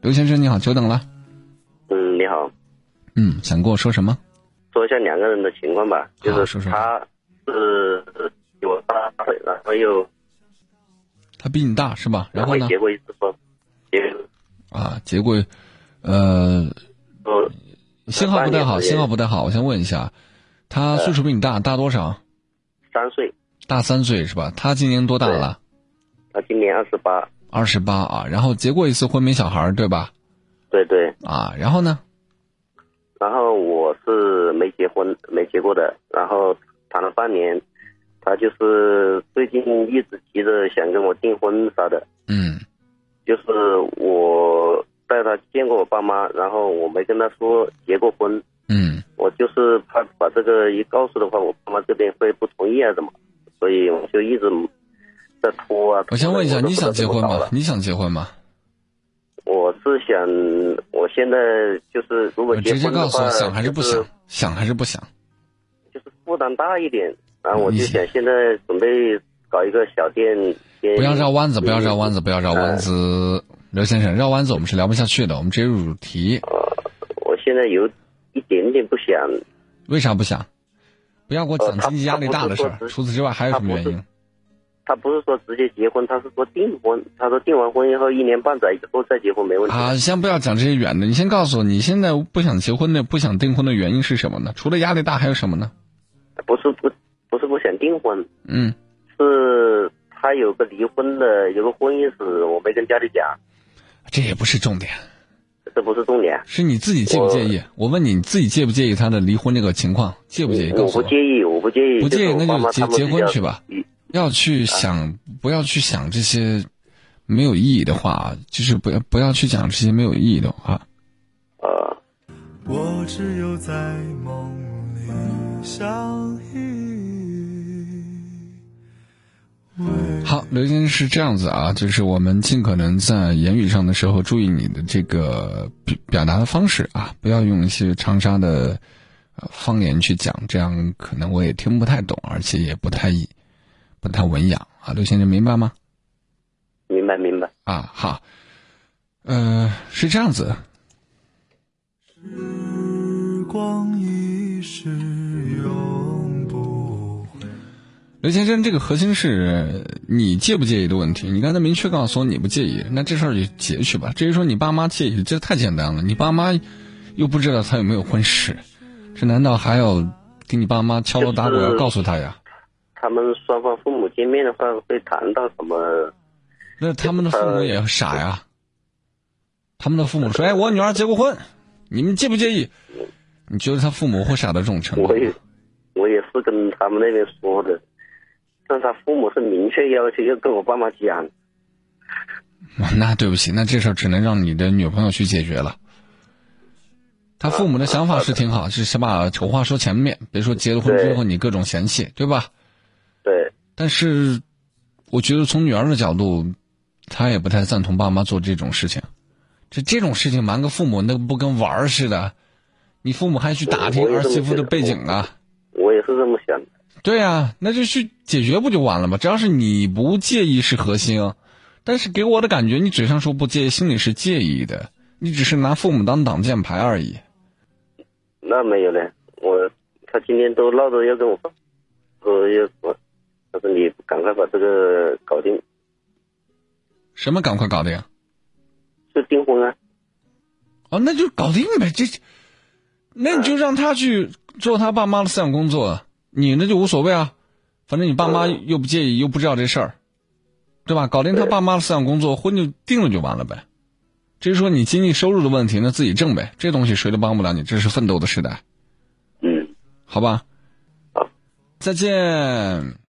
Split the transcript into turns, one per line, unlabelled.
刘先生你好，久等了。
嗯，你好，
嗯，想跟我说什么？
说一下两个人的情况吧，就
好
是
说说
他是比我大大岁，然后又
他比你大是吧？然后
后
呢？
结过一次婚，结
啊，结果，呃，
说
信号不太好，
半年时间
信号不太好。我先问一下，他岁数比你大，大多少？
三岁，
大三岁是吧？他今年多大了？
他今年二十八，
二十八啊。然后结过一次婚，没小孩儿对吧？
对对，
啊，然后呢？
然后我是没结婚，没结过的，然后谈了半年，他就是最近一直急着想跟我订婚啥的，
嗯
就是我带他见过我爸妈，然后我没跟他说结过婚，
嗯
我就是怕把这个一告诉的话，我爸妈这边会不同意啊，怎么？所以我就一直在拖啊。
我先问一下，
拖着
你想结婚
我都不知道
吗
了？
你想结婚吗？
我是想，我现在就是如果
我
结
直接
婚
告
的
诉
话，
我，想还是不
就
想？想还是不想？
就是负担大一点。然后我
你
就想现在准备搞一个小店，先
不要绕弯子，不要绕弯子，不要绕弯子，刘先生，绕弯子我们是聊不下去的，我们直接入主题。
我现在有一点点不想，
为啥不想？不要给我讲
呃他
经济压力大的事儿
他不。是说
除此之外还有什么原
他不
因？
他不是说直接结婚，他是说订婚。他说订完婚以后一年半载以后再结婚没问题。
啊，先不要讲这些远的，你先告诉我，你现在不想结婚的、不想订婚的原因是什么呢？除了压力大，还有什么呢？
不是不不是不想订婚，
嗯，
是他有个离婚的，有个婚姻史，我没跟家里讲，
这也不是重点，
这不是重点。
是你自己介不介意？我问你，你自己介不介意他的离婚这个情况？介不介意？告
我
诉
不
我。
介意，我不介意。
不介意
是我爸妈
那就结
他们比
结
较
婚去吧。
嗯
要去想，不要去想这些没有意义的话，啊就是不要不要去讲这些没有意义的话。
呃，
我只有在梦里相依。为
好，刘先生是这样子啊，就是我们尽可能在言语上的时候注意你的这个表表达的方式啊，不要用一些长沙的呃方言去讲，这样可能我也听不太懂，而且也不太不太文雅啊。刘先生明白吗？
明白明白。
啊，好，呃，是这样子，
时光一逝永不回，
刘先生，这个核心是你介不介意的问题。你刚才明确告诉我你不介意，那这事儿就结去吧。至于说你爸妈介意，这太简单了。你爸妈又不知道他有没有婚史，这难道还要给你爸妈敲锣打鼓要告诉他呀？
他们双方父母见面的话，会谈到什么？
那他们的父母也傻呀。他们的父母说：“哎，我女儿结过婚，你们介不介意？”你觉得他父母会傻到这种程度吗
我？也我也是跟他们那边说的，但是他父母是明确要求要跟我爸妈讲。
那对不起，那这事儿只能让你的女朋友去解决了。他父母的想法是挺好，是先把丑话说前面，别说结了婚之后你各种嫌弃，对吧？
对，
但是，我觉得从女儿的角度，她也不太赞同爸妈做这种事情。这这种事情瞒个父母，那不跟玩儿似的？你父母还去打听
我我
儿
也这么
媳妇的
觉得
背景啊？
我也是这么想的。
对啊，那就去解决不就完了吗？只要是你不介意是核心，但是给我的感觉，你嘴上说不介意，心里是介意的。你只是拿父母当挡箭牌而已。
那没有呢，我他今天都闹着要跟我爸说要我，他说你赶快把这个搞定，
什么赶快搞定？
就订婚啊。
哦，那就搞定呗。这，那你就让他去做他爸妈的思想工作，你那就无所谓啊。反正你爸妈又不介意，又不知道这事儿，对吧？搞定他爸妈的思想工作，婚就定了就完了呗。至于说你经济收入的问题，那自己挣呗。这东西谁都帮不了你，这是奋斗的时代。
嗯。
好吧
好，
再见。